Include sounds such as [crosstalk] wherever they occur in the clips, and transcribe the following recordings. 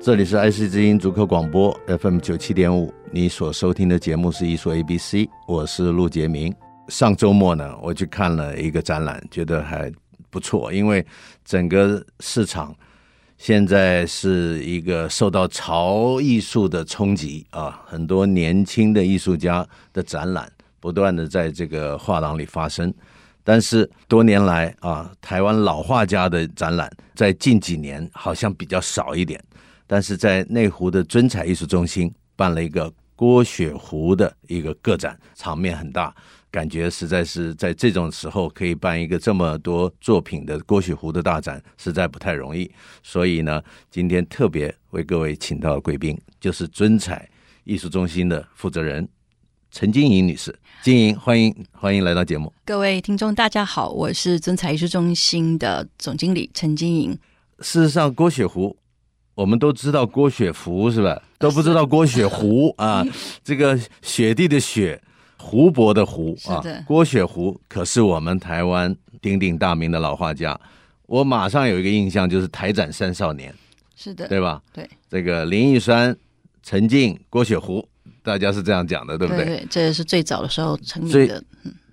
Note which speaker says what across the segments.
Speaker 1: 这里是 IC 之音足客广播 FM 九七点五，你所收听的节目是艺术 ABC，我是陆杰明。上周末呢，我去看了一个展览，觉得还不错，因为整个市场现在是一个受到潮艺术的冲击啊，很多年轻的艺术家的展览不断的在这个画廊里发生。但是多年来啊，台湾老画家的展览在近几年好像比较少一点。但是在内湖的尊彩艺术中心办了一个郭雪湖的一个个展，场面很大，感觉实在是在这种时候可以办一个这么多作品的郭雪湖的大展，实在不太容易。所以呢，今天特别为各位请到贵宾，就是尊彩艺术中心的负责人陈金莹女士。金莹，欢迎欢迎来到节目。
Speaker 2: 各位听众，大家好，我是尊彩艺术中心的总经理陈金莹。
Speaker 1: 事实上，郭雪湖我们都知道郭雪芙是吧？都不知道郭雪
Speaker 2: [laughs]
Speaker 1: 湖啊，这个雪地的雪，湖泊的湖啊
Speaker 2: 是的。
Speaker 1: 郭雪湖可是我们台湾鼎鼎大名的老画家。我马上有一个印象，就是台展三少年，
Speaker 2: 是的，
Speaker 1: 对吧？
Speaker 2: 对
Speaker 1: 这个林奕山、陈静、郭雪湖，大家是这样讲的，对不
Speaker 2: 对
Speaker 1: 对？
Speaker 2: 这也是最早的时候成
Speaker 1: 所以
Speaker 2: 名的。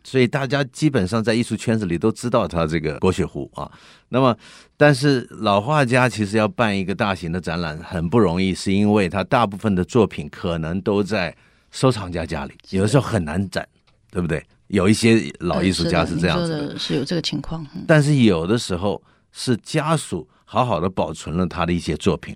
Speaker 1: 所以大家基本上在艺术圈子里都知道他这个郭雪湖啊。那么，但是老画家其实要办一个大型的展览很不容易，是因为他大部分的作品可能都在收藏家家里，有的时候很难展，对不对？有一些老艺术家
Speaker 2: 嗯
Speaker 1: 是这样子
Speaker 2: 的，
Speaker 1: 的
Speaker 2: 您，说的是有这个情况。嗯
Speaker 1: 但是有的时候是家属好好的保存了他的一些作品，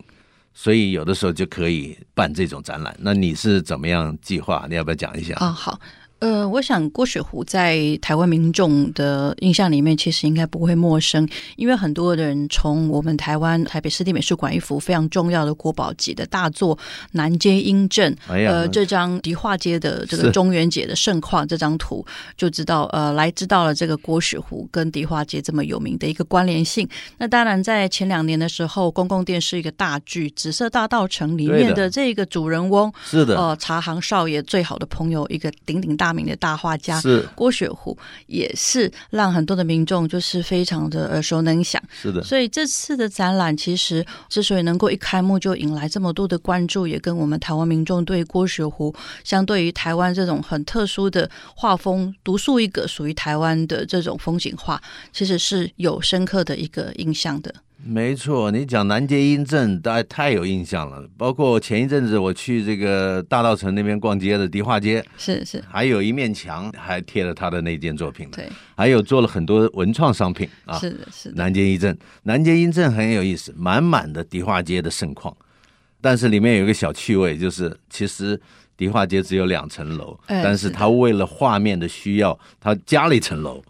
Speaker 1: 所以有的时候就可以办这种展览。那你是怎么样计划？你要不要讲一下？
Speaker 2: 啊、好，呃，我想郭雪湖在台湾民众的印象里面，其实应该不会陌生，因为很多人从我们台湾台北市立美术馆一幅非常重要的国宝级的大作《南街英镇》，
Speaker 1: 哎呀
Speaker 2: 呃，这张迪化街的这
Speaker 1: 是
Speaker 2: 个中元节的盛况这张图，就知道呃，来知道了这个郭雪湖跟迪化街这么有名的一个关联性。那当然，在前两年的时候，公共电视一个大剧《紫色大道城》里
Speaker 1: 对
Speaker 2: 面
Speaker 1: 的
Speaker 2: 的这个主人翁，
Speaker 1: 是的，
Speaker 2: 呃，茶行少爷最好的朋友，一个鼎鼎大名的大画家
Speaker 1: 是
Speaker 2: 郭雪湖，也是让很多的民众就是非常的耳熟能详。
Speaker 1: 是的，
Speaker 2: 所以这次的展览其实之所以能够一开幕就引来这么多的关注，也跟我们台湾民众对郭雪湖相对于台湾这种很特殊的画风，独树一格属于台湾的这种风景画，其实是有深刻的一个印象的。
Speaker 1: 没错，你讲南街音镇，大家太有印象了。包括前一阵子我去这个大道城那边逛街的迪化街，
Speaker 2: 是是，
Speaker 1: 还有一面墙还贴了他的那件作品呢，
Speaker 2: 对，
Speaker 1: 还有做了很多文创商品啊。
Speaker 2: 是的，是的，
Speaker 1: 南街一镇，南街音镇很有意思，满满的迪化街的盛况。但是里面有一个小趣味，就是其实迪化街只有两层楼，
Speaker 2: 哎
Speaker 1: 但是他为了画面的需要，他加了一层楼，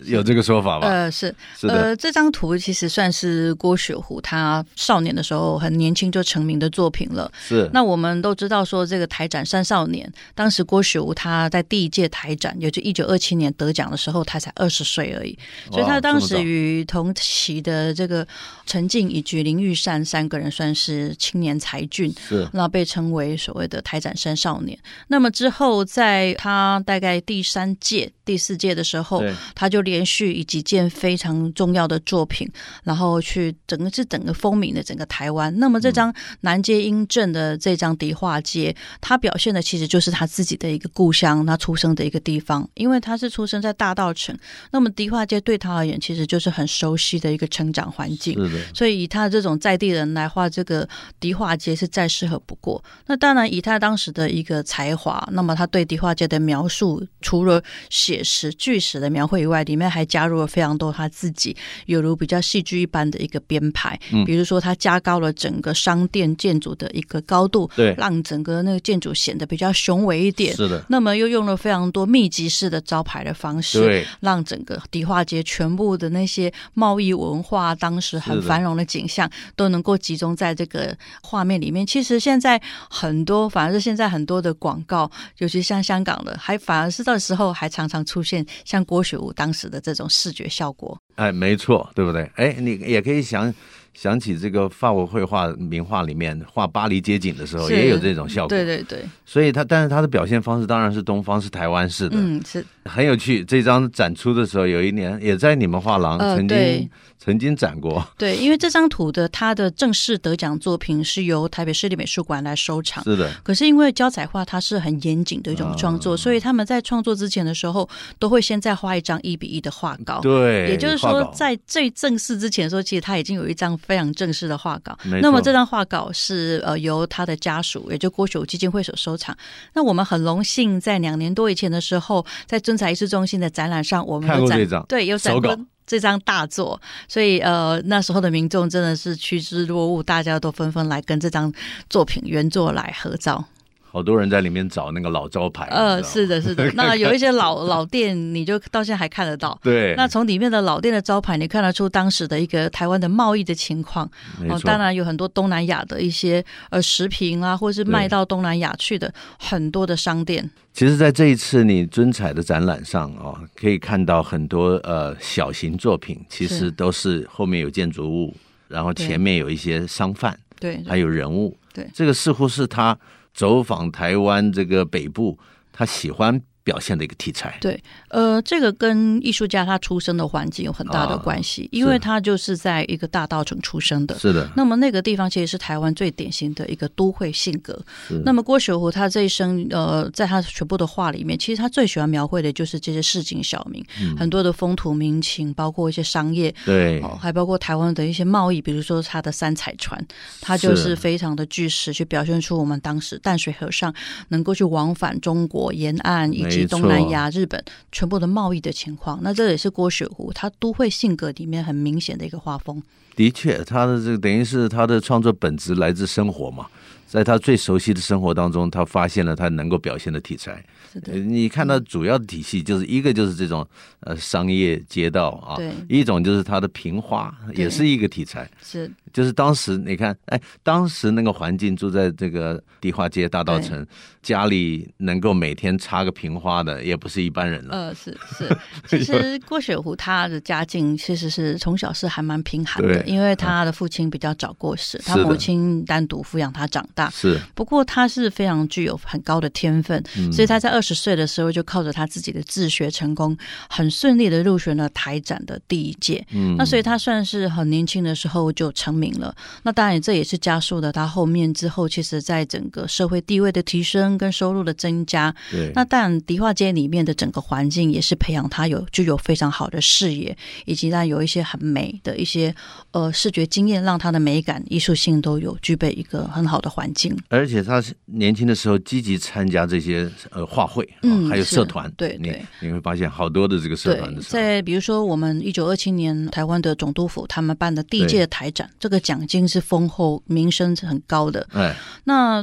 Speaker 1: 有这个说法吧？
Speaker 2: 呃，是。
Speaker 1: 是的，
Speaker 2: 呃，这张图其实算是郭雪湖他少年的时候很年轻就成名的作品了。
Speaker 1: 是
Speaker 2: 那我们都知道说，这个台展三少年，当时郭雪湖他在第一届台展，也就一九二七年得奖的时候，他才二十岁而已，所以
Speaker 1: 哇
Speaker 2: 他当
Speaker 1: 这么
Speaker 2: 时
Speaker 1: 早
Speaker 2: 与同期的这个陈静以及林玉善三个人算是青年才俊。
Speaker 1: 是
Speaker 2: 那被称为所谓的台展三少年。那么之后，在他大概第三届、第四届的时候，
Speaker 1: 对
Speaker 2: 他就连续以几件非常重要的作品，然后去整个是整个风靡了整个台湾。那么这张南街英镇的这张迪化街，他表现的其实就是他自己的一个故乡，他出生的一个地方，因为他是出生在大道城。那么迪化街对他而言，其实就是很熟悉的一个成长环境。
Speaker 1: 是的，
Speaker 2: 所以以他这种在地人来画这个迪化街是再适合不过。那当然，以他当时的一个才华，那么他对迪化街的描述，除了写实、巨石的描绘以外，里里面还加入了非常多他自己有如比较戏剧一般的一个编排，
Speaker 1: 嗯
Speaker 2: 比如说他加高了整个商店建筑的一个高度，
Speaker 1: 对
Speaker 2: 让整个那个建筑显得比较雄伟一点。
Speaker 1: 是的，
Speaker 2: 那么又用了非常多密集式的招牌的方式，
Speaker 1: 对，
Speaker 2: 让整个迪化街全部的那些贸易文化，当时很
Speaker 1: 是的
Speaker 2: 繁荣的景象都能够集中在这个画面里面。其实现在很多，反而是现在很多的广告，尤其像香港的，还反而是到时候还常常出现像郭雪武当时的这种视觉效果。
Speaker 1: 哎，没错，对不对？哎，你也可以想想起这个法国绘画名画里面画巴黎街景的时候，
Speaker 2: 是
Speaker 1: 也有这种效果。
Speaker 2: 对对对，
Speaker 1: 所以它，但是它的表现方式当然是东方，是台湾式的，
Speaker 2: 嗯，是
Speaker 1: 很有趣。这张展出的时候，有一年也在你们画廊
Speaker 2: 呃
Speaker 1: 曾经、
Speaker 2: 对
Speaker 1: 曾经展过，
Speaker 2: 对，因为这张图的它的正式得奖作品是由台北市立美术馆来收藏。
Speaker 1: 是的，
Speaker 2: 可是因为胶彩画它是很严谨的一种创
Speaker 1: 啊
Speaker 2: 作，所以他们在创作之前的时候，都会先再画一张一比一的画稿。
Speaker 1: 对，
Speaker 2: 也就是
Speaker 1: 画
Speaker 2: 说
Speaker 1: 稿，
Speaker 2: 在最正式之前的时候，其实他已经有一张非常正式的画稿。
Speaker 1: 没错
Speaker 2: 那么这张画稿是呃由他的家属，也就郭雪基金会所收藏。那我们很荣幸在两年多以前的时候，在尊彩艺术中心的展览上，我们
Speaker 1: 看
Speaker 2: 有
Speaker 1: 过
Speaker 2: 展
Speaker 1: 这张
Speaker 2: 对有展
Speaker 1: 啊手稿
Speaker 2: 过这张大作，所以呃那时候的民众真的是趋之若鹜，大家都纷纷来跟这张作品原作来合照。
Speaker 1: 好多人在里面找那个老招牌，
Speaker 2: 呃，
Speaker 1: 你知道吗
Speaker 2: 是，的，是的。那有一
Speaker 1: [laughs]
Speaker 2: 些老老店，你就到现在还看得到。
Speaker 1: 对，
Speaker 2: 那哦从里面的老店的招牌，你看得出当时的一个台湾的贸易的情况。哦
Speaker 1: 没错，
Speaker 2: 当然有很多东南亚的一些呃食品啊，或是卖
Speaker 1: 对
Speaker 2: 到东南亚去的很多的商店。
Speaker 1: 其实，在这一次你尊彩的展览上哦，可以看到很多呃小型作品，其
Speaker 2: 是
Speaker 1: 实都是后面有建筑物，然后
Speaker 2: 对
Speaker 1: 前面有一些商贩，
Speaker 2: 对，
Speaker 1: 还有人物。
Speaker 2: 对
Speaker 1: 这个似乎是他走访台湾这个北部，他喜欢表现的一个题材。
Speaker 2: 对，呃，这个跟艺术家他出生的环境有很大的
Speaker 1: 啊
Speaker 2: 关系，因为他就是在一个大稻城出生的。
Speaker 1: 是的，
Speaker 2: 那么那个地方其实是台湾最典型的一个都会性格。
Speaker 1: 是
Speaker 2: 那么郭雪湖他这一生，呃，在他全部的画里面，其实他最喜欢描绘的就是这些市井小民，很多的风土民情，包括一些商业，
Speaker 1: 嗯对，
Speaker 2: 哦，还包括台湾的一些贸易，比如说它的三彩船，它就是非常的巨石，去表现出我们当时淡水河上能够去往返中国沿岸以及
Speaker 1: 没错
Speaker 2: 东南亚、日本全部的贸易的情况。那这也是郭雪湖他都会性格里面很明显的一个画风。
Speaker 1: 的确，他的这个等于是他的创作本质来自生活嘛，在他最熟悉的生活当中，他发现了他能够表现的题材。
Speaker 2: 是的
Speaker 1: 呃你看到主要的体系就是一个就是这种呃商业街道啊
Speaker 2: 对，
Speaker 1: 一种就是他的平花
Speaker 2: 对
Speaker 1: 也是一个题材，
Speaker 2: 是
Speaker 1: 就是当时你看，哎，当时那个环境住在这个迪化街大稻城，家里能够每天插个平花的也不是一般人了。
Speaker 2: 呃，是
Speaker 1: [laughs]
Speaker 2: 是，其实郭雪湖他的家境其实是从小是还蛮贫寒的，
Speaker 1: 对啊
Speaker 2: 因为他的父亲比较早过世，他
Speaker 1: 是的
Speaker 2: 母亲单独抚养他长大。
Speaker 1: 是
Speaker 2: 不过他是非常具有很高的天分，所以他在二十岁的时候就靠着他自己的自学成功，很顺利的入选了台展的第一届。嗯，那所以他算是很年轻的时候就成名了。那当然，这也是加速了他后面之后，其实在整个社会地位的提升跟收入的增加，
Speaker 1: 对，
Speaker 2: 那当然，迪化街里面的整个环境也是培养他有具有非常好的视野，以及他有一些很美的一些呃视觉经验，让他的美感、艺术性都有具备一个很好的环境。
Speaker 1: 而且他是年轻的时候积极参加这些呃画会，啊
Speaker 2: 嗯
Speaker 1: 还有
Speaker 2: 是
Speaker 1: 社团，
Speaker 2: 对对
Speaker 1: 你，你会发现好多的这个社
Speaker 2: 对
Speaker 1: 团的，时候，
Speaker 2: 在比如说我们一九二七年台湾的总督府他们办的第一届的台展，这个奖金是丰厚、名声是很高的。
Speaker 1: 哎，
Speaker 2: 那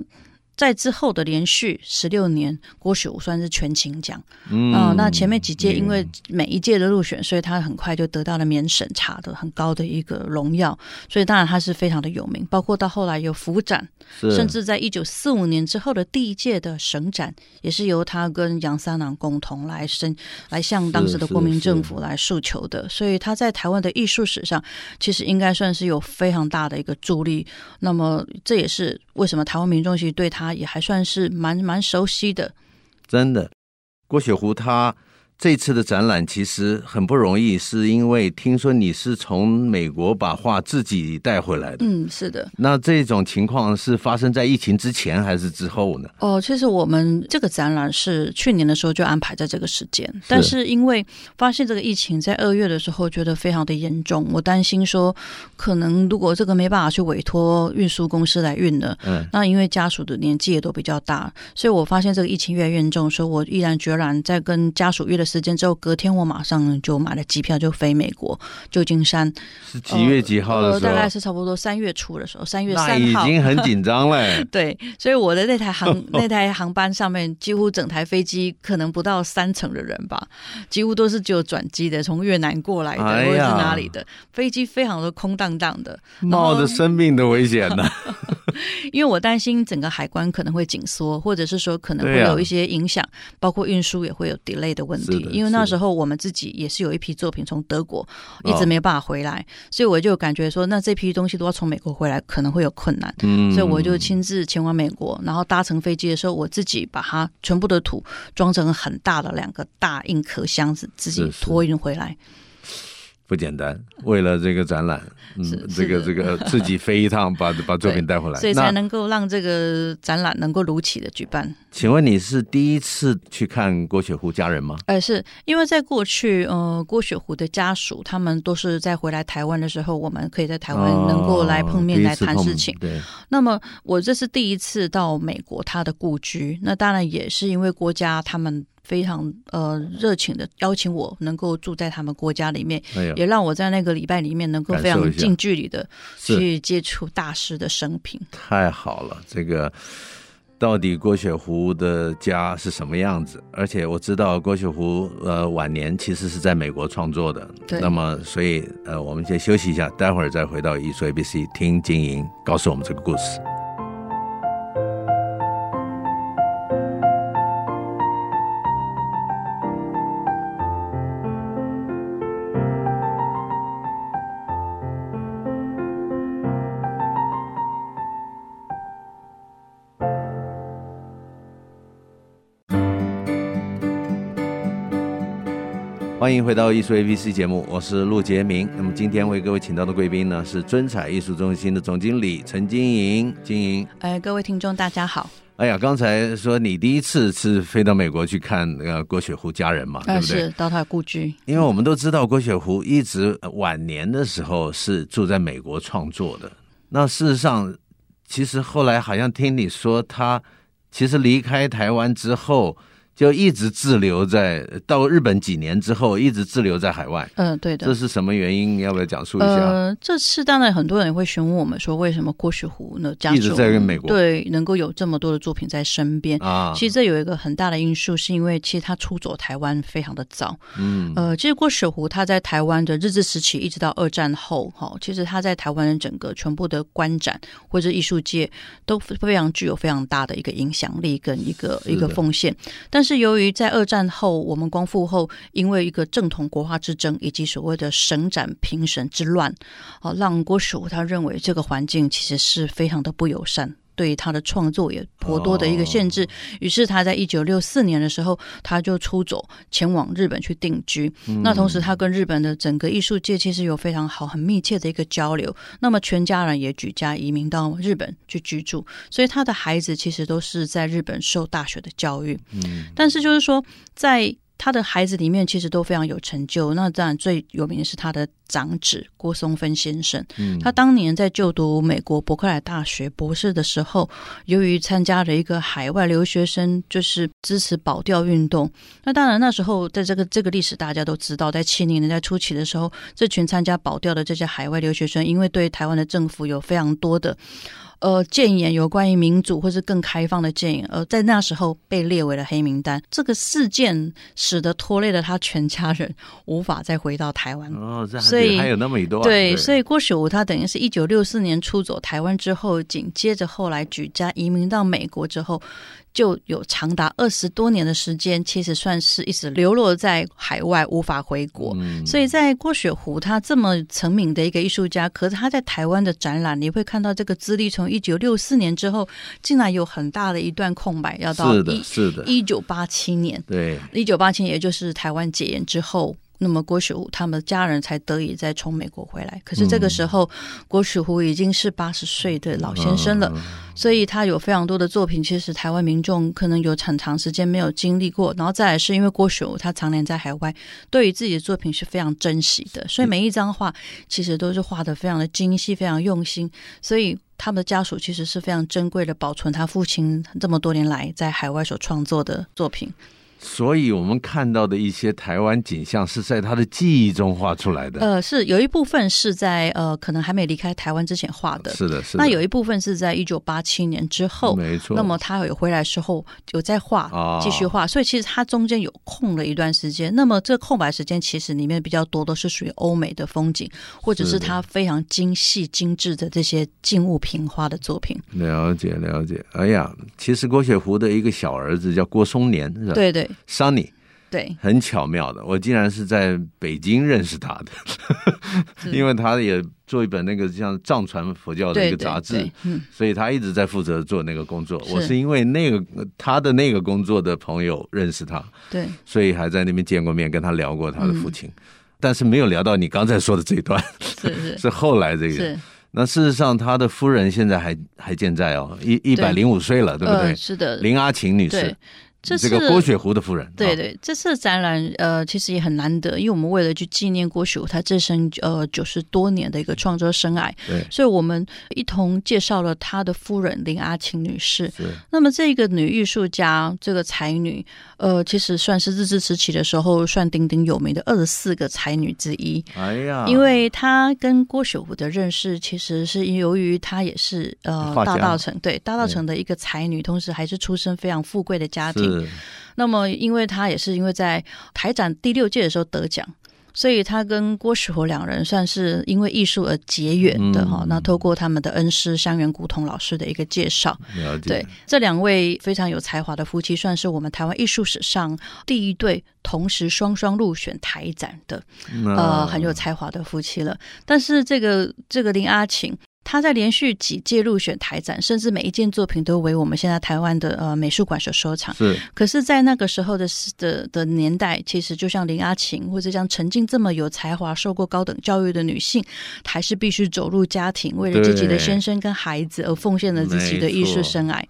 Speaker 2: 在之后的连续十六年，郭雪武算是全勤奖。
Speaker 1: 嗯
Speaker 2: 哦，那前面几届
Speaker 1: 嗯
Speaker 2: 因为每一届的入选，所以他很快就得到了免审查的很高的一个荣耀，所以当然他是非常的有名，包括到后来有福展，
Speaker 1: 是
Speaker 2: 甚至在一九四五年之后的第一届的省展，也是由他跟杨三郎共同来申来向当时的国民政府来诉求的，所以他在台湾的艺术史上，其实应该算是有非常大的一个助力。那么这也是为什么台湾民众其实对他也还算是蛮蛮熟悉的，
Speaker 1: 真的，郭雪湖他这次的展览其实很不容易，是因为听说你是从美国把画自己带回来的。
Speaker 2: 嗯，是的。
Speaker 1: 那这种情况是发生在疫情之前还是之后呢？
Speaker 2: 哦，其实我们这个展览是去年的时候就安排在这个时间，但是因为发现这个疫情在二月的时候觉得非常的严重，我担心说可能如果这个没办法去委托运输公司来运了，
Speaker 1: 嗯，
Speaker 2: 那因为家属的年纪也都比较大，所以我发现这个疫情越来越严重，所以我毅然决然在跟家属约了时间之后，隔天我马上就买了机票就飞美国旧金山。
Speaker 1: 是几月几号的
Speaker 2: 呃
Speaker 1: 时候？
Speaker 2: 大概是差不多三月初的时候，三月
Speaker 1: 那
Speaker 2: 三
Speaker 1: 已
Speaker 2: 号。。
Speaker 1: 经很紧张了哎
Speaker 2: 对，所以我的那
Speaker 1: [laughs]
Speaker 2: 台航那台航班上面，几乎整台飞机可能不到三成的人吧，几乎都是只有转机的，从越南过来的、
Speaker 1: 哎呀
Speaker 2: 或者是哪里的，飞机非常的空荡荡的，
Speaker 1: 冒着生命的危险呢、
Speaker 2: 因为我担心整个海关可能会紧缩，或者是说可能会
Speaker 1: 对啊
Speaker 2: 有一些影响，包括运输也会有 delay 的问
Speaker 1: 是
Speaker 2: 题
Speaker 1: 的。
Speaker 2: 因
Speaker 1: 是
Speaker 2: 为那
Speaker 1: 的
Speaker 2: 时候我们自己也是有一批作品从德国 [laughs] 一
Speaker 1: 哦
Speaker 2: 直没有办法回来，所以我就感觉说，那这批东西都要从美国回来，可能会有困难。
Speaker 1: 嗯
Speaker 2: 所以我就亲自前往美国，然后搭乘飞机的时候，我自己把它全部的土装成很大的两个大硬壳箱子，自己
Speaker 1: 是是
Speaker 2: 托运回来。
Speaker 1: 不简单，为了这个展览，嗯
Speaker 2: 是，
Speaker 1: 这个这
Speaker 2: 是
Speaker 1: 个
Speaker 2: 的
Speaker 1: 自己飞一趟，
Speaker 2: [laughs]
Speaker 1: 把把作品带回来。
Speaker 2: 所以才
Speaker 1: 那
Speaker 2: 能够让这个展览能够如期的举办。
Speaker 1: 请问你是第一次去看郭雪湖家人吗？
Speaker 2: 呃，是因为在过去，呃，郭雪湖的家属他们都是在回来台湾的时候，我们可以在台湾
Speaker 1: 哦
Speaker 2: 能够来碰面、
Speaker 1: 第一
Speaker 2: 来
Speaker 1: 次
Speaker 2: 谈
Speaker 1: 碰
Speaker 2: 事情。
Speaker 1: 对，
Speaker 2: 那么我这是第一次到美国他的故居，那当然也是因为国家他们非常呃热情的邀请我能够住在他们国家里面，
Speaker 1: 哎呀，
Speaker 2: 也让我在那个礼拜里面能够非
Speaker 1: 感受
Speaker 2: 常
Speaker 1: 一下
Speaker 2: 近距离的
Speaker 1: 是
Speaker 2: 去接触大师的生平。
Speaker 1: 太好了，这个。到底郭雪湖的家是什么样子？而且我知道郭雪湖呃晚年其实是在美国创作的，
Speaker 2: 对
Speaker 1: 那么所以呃我们先休息一下，待会儿再回到艺术 ABC 听金莹告诉我们这个故事。欢迎回到艺术 ABC 节目，我是陆杰明。那么今天为各位请到的贵宾呢是尊彩艺术中心的总经理陈金莹。金莹，
Speaker 2: 哎，各位听众大家好，
Speaker 1: 哎呀，刚才说你第一次是飞到美国去看呃郭雪湖家人嘛，对
Speaker 2: 呃，
Speaker 1: 不对？
Speaker 2: 是到他的故居，
Speaker 1: 因为我们都知道郭雪湖一直呃晚年的时候是住在美国创作的。那事实上，其实后来好像听你说，他其实离开台湾之后，就一直滞留在到日本几年之后，一直滞留在海外。
Speaker 2: 嗯，对的
Speaker 1: 这。是什么原因？要不要讲述一下？
Speaker 2: 呃，这次当然很多人会询问我们说，为什么郭雪湖呢家
Speaker 1: 一直
Speaker 2: 属
Speaker 1: 在美国
Speaker 2: 对能够有这么多的作品在身边？
Speaker 1: 啊，
Speaker 2: 其实这有一个很大的因素，是因为其实他出走台湾非常的早。
Speaker 1: 嗯，
Speaker 2: 呃，其实郭雪湖他在台湾的日治时期，一直到二战后，哈、其实他在台湾的整个全部的观展或者艺术界都非常具有非常大的一个影响力跟一个
Speaker 1: 的
Speaker 2: 一个奉献。但是由于在二战后，我们光复后，因为一个正统国画之争以及所谓的省展评审之乱，哦，让郭雪湖他认为这个环境其实是非常的不友善。对于他的创作也颇多的一个限制，于是他在一九六四年的时候，他就出走前往日本去定居。那同时，他跟日本的整个艺术界其实有非常好、很密切的一个交流。那么，全家人也举家移民到日本去居住，所以他的孩子其实都是在日本受大学的教育。
Speaker 1: 嗯
Speaker 2: 但是，就是说，在他的孩子里面，其实都非常有成就。那当然最有名的是他的长子郭松芬先生。
Speaker 1: 嗯
Speaker 2: 他当年在就读美国伯克莱大学博士的时候，由于参加了一个海外留学生，就是支持保钓运动。那当然，那时候在这个这个历史大家都知道，在七零年代初期的时候，这群参加保钓的这些海外留学生，因为对台湾的政府有非常多的。呃，建言有关于民主或是更开放的建言，呃，在那时候被列为了黑名单。这个事件使得拖累了他全家人，无法再回到台湾。
Speaker 1: 哦，这还
Speaker 2: 所以
Speaker 1: 还有那么一段，
Speaker 2: 对，所
Speaker 1: 以
Speaker 2: 以郭雪湖他等于是一九六四年出走台湾之后，紧接着后来举家移民到美国之后，就有长达二十多年的时间，其实算是一直流落在海外，无法回国。
Speaker 1: 嗯
Speaker 2: 所以在郭雪湖他这么成名的一个艺术家，可是他在台湾的展览，你会看到这个资历从一九六四年之后，竟然有很大的一段空白，要到
Speaker 1: 是的，
Speaker 2: 一
Speaker 1: 是的，
Speaker 2: 一九八七年。
Speaker 1: 对，
Speaker 2: 一九八七，也就是台湾解严之后，那么郭雪湖他们家人才得以再从美国回来。可是这个时候，郭雪湖已经是八十岁的老哦先生
Speaker 1: 嗯
Speaker 2: 了，所以他有非常多的作品，其实台湾民众可能有很长时间没有经历过。然后再来是因为郭雪湖他常年在海外，对于自己的作品是非常珍惜的，所以每一张画其实都是画的非常的精细，非常用心，所以。他们的家属其实是非常珍贵的，保存他父亲这么多年来在海外所创作的作品。
Speaker 1: 所以我们看到的一些台湾景象是在他的记忆中画出来的。
Speaker 2: 呃，是有一部分是在呃，可能还没离开台湾之前画的。
Speaker 1: 是的，是的。
Speaker 2: 那有一部分是在一九八七年之后，
Speaker 1: 没错。
Speaker 2: 那么他有回来之后有在画，
Speaker 1: 哦
Speaker 2: 继续画，所以其实他中间有空了一段时间。那么这空白时间其实里面比较多的是属于欧美的风景，或者
Speaker 1: 是
Speaker 2: 是
Speaker 1: 的
Speaker 2: 他非常精细精致的这些静物平花的作品。
Speaker 1: 了解了解。哎呀，其实郭雪湖的一个小儿子叫郭松年，是吧？
Speaker 2: 对对
Speaker 1: ，Sunny
Speaker 2: 对，
Speaker 1: 很巧妙的，我竟然是在北京认识他的，
Speaker 2: 是
Speaker 1: 因为他也做一本那个像藏传佛教的一
Speaker 2: 对
Speaker 1: 个
Speaker 2: 对
Speaker 1: 杂志，
Speaker 2: 对嗯，
Speaker 1: 所以他一直在负责做那个工作。
Speaker 2: 是
Speaker 1: 我是因为那个他的那个工作的朋友认识他，
Speaker 2: 对。
Speaker 1: 所以还在那边见过面，跟他聊过他的父亲，
Speaker 2: 嗯
Speaker 1: 但是没有聊到你刚才说的这一段， [laughs]
Speaker 2: 是
Speaker 1: 是后来这
Speaker 2: 是
Speaker 1: 个。
Speaker 2: 是，
Speaker 1: 那事实上，他的夫人现在还还健在哦，一一百零五岁了，对不对
Speaker 2: 呃，？是的，
Speaker 1: 林阿琴女士
Speaker 2: 对，这是
Speaker 1: 个郭雪湖的夫人，
Speaker 2: 对
Speaker 1: 啊，
Speaker 2: 对，这次展览呃，其实也很难得，因为我们为了去纪念郭雪湖她这生呃九十多年的一个创作生涯，
Speaker 1: 对
Speaker 2: 所以我们一同介绍了她的夫人林阿琴女士。
Speaker 1: 是
Speaker 2: 那么这个女艺术家，这个才女，呃，其实算是日治时期的时候算鼎鼎有名的二十四个才女之一。
Speaker 1: 哎呀，
Speaker 2: 因为他跟郭雪湖的认识，其实是由于她也是呃
Speaker 1: 画家
Speaker 2: 大道城对大道城的一个才女，同时还是出身非常富贵的家庭。
Speaker 1: 是
Speaker 2: 那么，因为她也是因为在台展第六届的时候得奖。所以她跟郭雪湖两人算是因为艺术而结缘的哈、
Speaker 1: 嗯
Speaker 2: 那透过他们的恩师香原古铜老师的一个介绍，
Speaker 1: 了解，
Speaker 2: 对，这两位非常有才华的夫妻，算是我们台湾艺术史上第一对同时双双入选台展的
Speaker 1: 那
Speaker 2: 呃很有才华的夫妻了。但是这个这个林阿琴，她在连续几届入选台展，甚至每一件作品都为我们现在台湾的呃美术馆所收藏。
Speaker 1: 是
Speaker 2: 可是，在那个时候的时的的年代，其实就像林阿琴或者像陈静这么有才华、受过高等教育的女性，还是必须走入家庭，为了自己的先生跟孩子而奉献了自己的艺术生涯。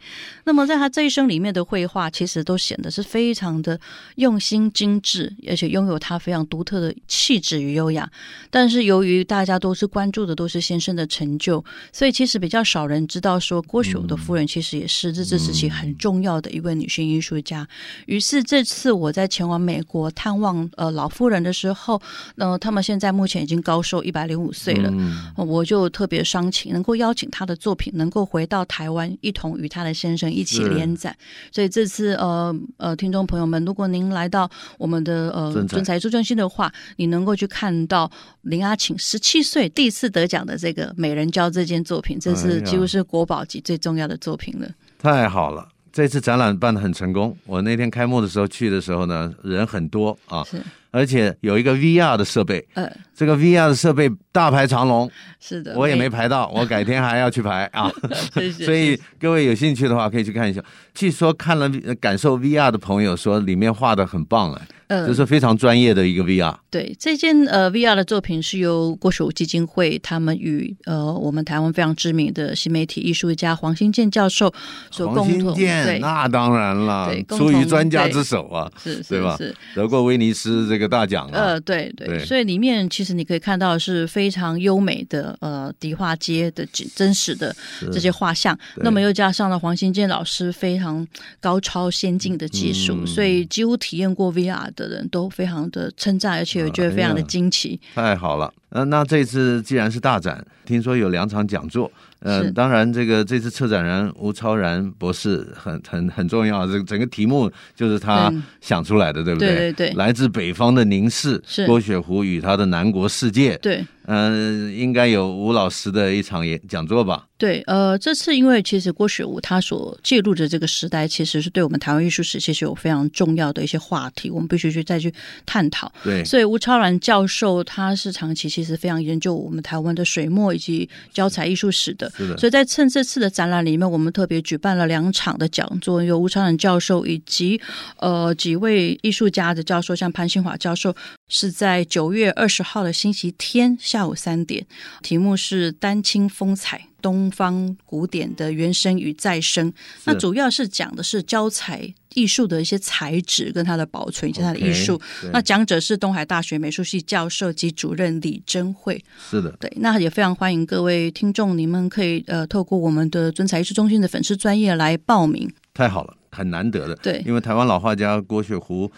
Speaker 2: 那么，在她这一生里面的绘画，其实都显得是非常的用心精致，而且拥有她非常独特的气质与优雅。但是，由于大家都是关注的都是先生的成就，所以其实比较少人知道说郭雪湖的夫人其实也是日治时
Speaker 1: 嗯
Speaker 2: 期很重要的一位女性艺术家。于是这次我在前往美国探望呃老夫人的时候，呃，他们现在目前已经高寿一百零五岁了。
Speaker 1: 嗯
Speaker 2: 呃我就特别伤情，能够邀请她的作品能够回到台湾，一同与她的先生一起
Speaker 1: 是
Speaker 2: 联展。所以这次呃呃，听众朋友们，如果您来到我们的呃
Speaker 1: 尊彩
Speaker 2: 尊才艺术中心的话，你能够去看到林阿琴十七岁第一次得奖的这个《美人蕉》这件作品，这
Speaker 1: 哎
Speaker 2: 是
Speaker 1: 呀
Speaker 2: 几乎是国宝级最重要的作品了。
Speaker 1: 太好了。这次展览办得很成功。我那天开幕的时候去的时候呢，人很多啊，
Speaker 2: 是，
Speaker 1: 而且有一个 VR 的设备，
Speaker 2: 呃，
Speaker 1: 这个 VR 的设备大排长龙，
Speaker 2: 是的，
Speaker 1: 我也没排到，我改天还要去排
Speaker 2: [laughs]
Speaker 1: 啊。
Speaker 2: 谢谢，
Speaker 1: 所以各位有兴趣的话，可以去看一下。据说看了呃感受 VR 的朋友说，里面画的很棒哎，
Speaker 2: 呃
Speaker 1: 这，是非常专业的一个 VR。
Speaker 2: 对，这件呃 VR 的作品是由郭守基金会他们与呃我们台湾非常知名的新媒体艺术家黄新建教授所
Speaker 1: 黄啊
Speaker 2: 共
Speaker 1: 新
Speaker 2: 同对
Speaker 1: 建，那当然了
Speaker 2: 对，共
Speaker 1: 出于
Speaker 2: 同
Speaker 1: 专家
Speaker 2: 对
Speaker 1: 之手啊，
Speaker 2: 是是
Speaker 1: 对吧
Speaker 2: 是。
Speaker 1: 得过威尼斯这个大奖啊
Speaker 2: 呃，。对对，
Speaker 1: 对
Speaker 2: 所以里面其实你可以看到是非常优美的呃迪化街的真真实的这些画像，
Speaker 1: 对
Speaker 2: 那么又加上了黄新建老师非常高超先进的技术，
Speaker 1: 嗯
Speaker 2: 所以几乎体验过 VR 的人都非常的称赞，而且我觉得非常
Speaker 1: 哎
Speaker 2: 的
Speaker 1: 呀
Speaker 2: 惊奇。
Speaker 1: 太好了，呃，那这次既然是大展，听说有两场讲座，呃，
Speaker 2: 是
Speaker 1: 当然这个这次策展人吴超然博士很很很重要，这个整个题目就是他
Speaker 2: 嗯
Speaker 1: 想出来的，啊对不
Speaker 2: 对
Speaker 1: 对
Speaker 2: 对对
Speaker 1: 来自北方的凝视，
Speaker 2: 是
Speaker 1: 郭雪湖与他的南国世界，
Speaker 2: 对，
Speaker 1: 嗯、应该有吴老师的一场演讲座吧？
Speaker 2: 对，呃，这次因为其实郭雪湖她所记录的这个时代，其实是对我们台湾艺术史其实有非常重要的一些话题，我们必须去再去探讨。
Speaker 1: 对，
Speaker 2: 所以吴超然教授他是长期其实非常研究我们台湾的水墨以及胶彩艺术史的。
Speaker 1: 是的，
Speaker 2: 所以在趁这次的展览里面，我们特别举办了两场的讲座，由吴超然教授以及呃几位艺术家的教授，像潘兴华教授，是在九月二十号的星期天下午三点，题目是“丹青风采：东方古典的原生与再生”。那主要是讲的是胶彩艺术的一些材质跟它的保存以及它的艺术。
Speaker 1: 对
Speaker 2: 那讲者是东海大学美术系教授及主任李珍慧。
Speaker 1: 是的，
Speaker 2: 对，那也非常欢迎各位听众，你们可以呃透过我们的尊彩艺术中心的粉丝专业来报名。
Speaker 1: 太好了。很难得的。
Speaker 2: 对
Speaker 1: 因为台湾老画家郭雪湖，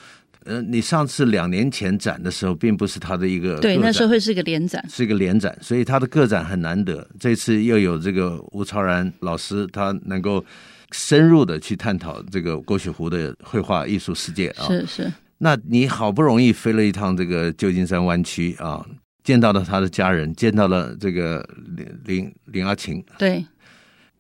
Speaker 1: 呃，你上次两年前展的时候，并不是他的一个
Speaker 2: 对，
Speaker 1: 个
Speaker 2: 那时候
Speaker 1: 呃展
Speaker 2: 会是一个联展，
Speaker 1: 是一个联展，所以他的个展很难得。这次又有这个吴超然老师，他能够深入的去探讨这个郭雪湖的绘画艺术世界啊。
Speaker 2: 是是，
Speaker 1: 那你好不容易飞了一趟这个旧金山湾区啊，见到了他的家人，见到了这个林林林阿琴
Speaker 2: 对，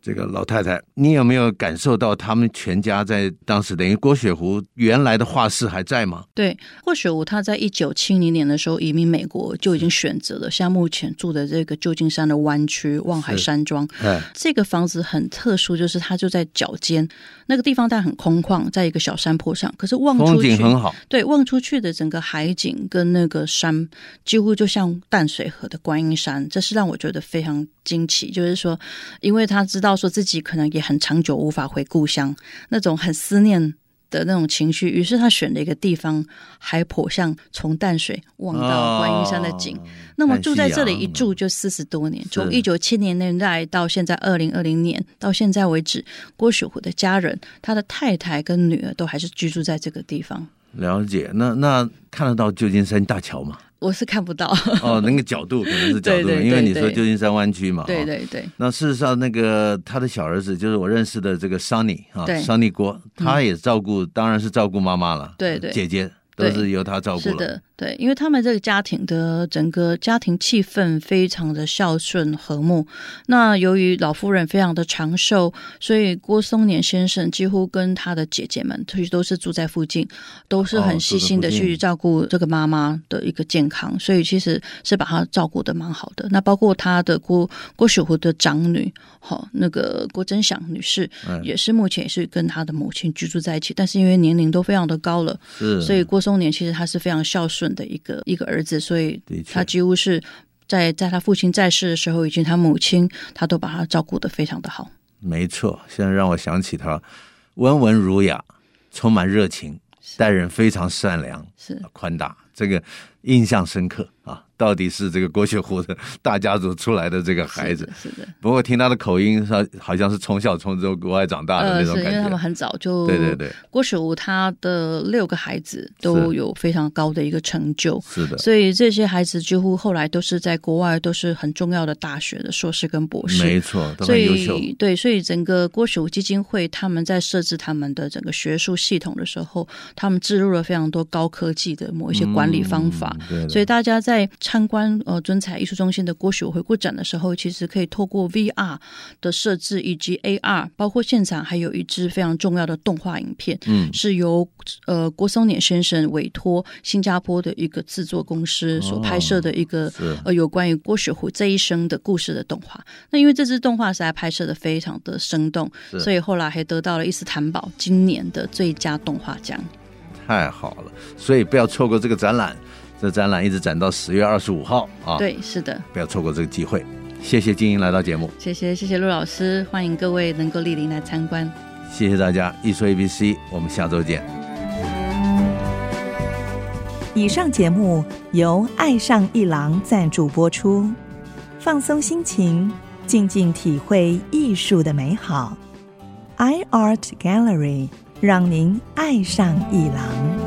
Speaker 1: 这个老太太，你有没有感受到他们全家在当时等于郭雪湖原来的画室还在吗？
Speaker 2: 对，霍雪舞他在一九七零年的时候移民美国，就已经选择了像目前住的这个旧金山的湾区望海
Speaker 1: 是
Speaker 2: 山庄。
Speaker 1: 哎，
Speaker 2: 这个房子很特殊，就是它就在脚尖那个地方，但很空旷，在一个小山坡上。可是望
Speaker 1: 风
Speaker 2: 出去，
Speaker 1: 景很好，
Speaker 2: 对，望出去的整个海景跟那个山，几乎就像淡水河的观音山，这是让我觉得非常惊奇。就是说，因为他知道说自己可能也很长久无法回故乡，那种很思念。的那种情绪，于是他选了一个地方，还颇像从淡水望
Speaker 1: 啊
Speaker 2: 到观音山的景。
Speaker 1: 哦
Speaker 2: 那么住在这里
Speaker 1: 看夕
Speaker 2: 一
Speaker 1: 阳
Speaker 2: 住就四十多年，从
Speaker 1: 嗯是
Speaker 2: 一九七零年代到现在二零二零年到现在为止，郭雪湖的家人，他的太太跟女儿都还是居住在这个地方。
Speaker 1: 了解。那那看得到旧金山大桥吗？
Speaker 2: 我是看不到， [laughs]
Speaker 1: 哦，那个角度可能是角度，
Speaker 2: 对对对
Speaker 1: 因为你说
Speaker 2: 对
Speaker 1: 旧金山湾区嘛，
Speaker 2: 对
Speaker 1: 哦
Speaker 2: 对对，
Speaker 1: 那事实上，那个他的小儿子就是我认识的这个 Sunny 啊
Speaker 2: 对嗯
Speaker 1: ，Sunny 郭，他也照顾，当然是照顾妈妈了，呃
Speaker 2: 对对
Speaker 1: 姐姐都是由他照顾
Speaker 2: 是
Speaker 1: 了，
Speaker 2: 的，对，因为他们这个家庭的整个家庭气氛非常的孝顺和睦。那由于老夫人非常的长寿，所以郭松年先生几乎跟他的姐姐们，其实都是住在附近，都是
Speaker 1: 哦
Speaker 2: 很细心的
Speaker 1: 住在附近
Speaker 2: 去照顾这个妈妈的一个健康，所以其实是把她照顾的蛮好的。那包括他的郭郭雪湖的长女，好、那个郭珍祥女士，
Speaker 1: 嗯
Speaker 2: 也是目前也是跟她的母亲居住在一起，但是因为年龄都非常的高了。
Speaker 1: 是，
Speaker 2: 所以郭松年其实他是非常孝顺的一个一个儿子，所以
Speaker 1: 的确
Speaker 2: 他几乎是在在他父亲在世的时候，以及他母亲，他都把他照顾的非常的好。
Speaker 1: 没错。现在让我想起他，温文儒雅，充满热情，待人非常善良、啊
Speaker 2: 是
Speaker 1: 宽大，这个印象深刻啊。到底是这个郭雪湖的大家族出来的这个孩子，
Speaker 2: 是的，是的，
Speaker 1: 不过听他的口音，他好像是从小从这国外长大的
Speaker 2: 呃，
Speaker 1: 那
Speaker 2: 是
Speaker 1: 种
Speaker 2: 因为他
Speaker 1: 感
Speaker 2: 们
Speaker 1: 觉。
Speaker 2: 很早就
Speaker 1: 对对。对，
Speaker 2: 郭雪湖他的六个孩子都有非常高的一个成就，
Speaker 1: 是的。
Speaker 2: 所以这些孩子几乎后来都是在国外都是很重要的大学的硕士跟博士，
Speaker 1: 没错，都
Speaker 2: 所
Speaker 1: 很优秀。
Speaker 2: 以对，所以整个郭雪湖基金会他们在设置他们的整个学术系统的时候，他们置入了非常多高科技的某一些管理方法。
Speaker 1: 嗯对的
Speaker 2: 所以大家在参观呃尊彩艺术中心的郭雪湖回顾展的时候，其实可以透过 VR 的设置以及 AR，包括现场还有一支非常重要的动画影片，
Speaker 1: 嗯
Speaker 2: 是由呃郭松年先生委托新加坡的一个制作公司
Speaker 1: 哦
Speaker 2: 所拍摄的一个、
Speaker 1: 是
Speaker 2: 呃有关于郭雪湖这一生的故事的动画。那因为这支动画实在拍摄的非常的生动，
Speaker 1: 是
Speaker 2: 所以后来还得到了伊斯坦堡今年的最佳动画奖。
Speaker 1: 太好了，所以不要错过这个展览，这展览一直展到十月二十五号啊，，
Speaker 2: 对，是的，
Speaker 1: 不要错过这个机会。谢谢金英来到节目，
Speaker 2: 谢谢谢谢陆老师，欢迎各位能够莅临来参观。
Speaker 1: 谢谢大家，艺术 A B C，我们下周见。
Speaker 3: 以上节目由爱上一郎赞助播出，放松心情，静静体会艺术的美好。iArt Gallery 让您爱上一郎。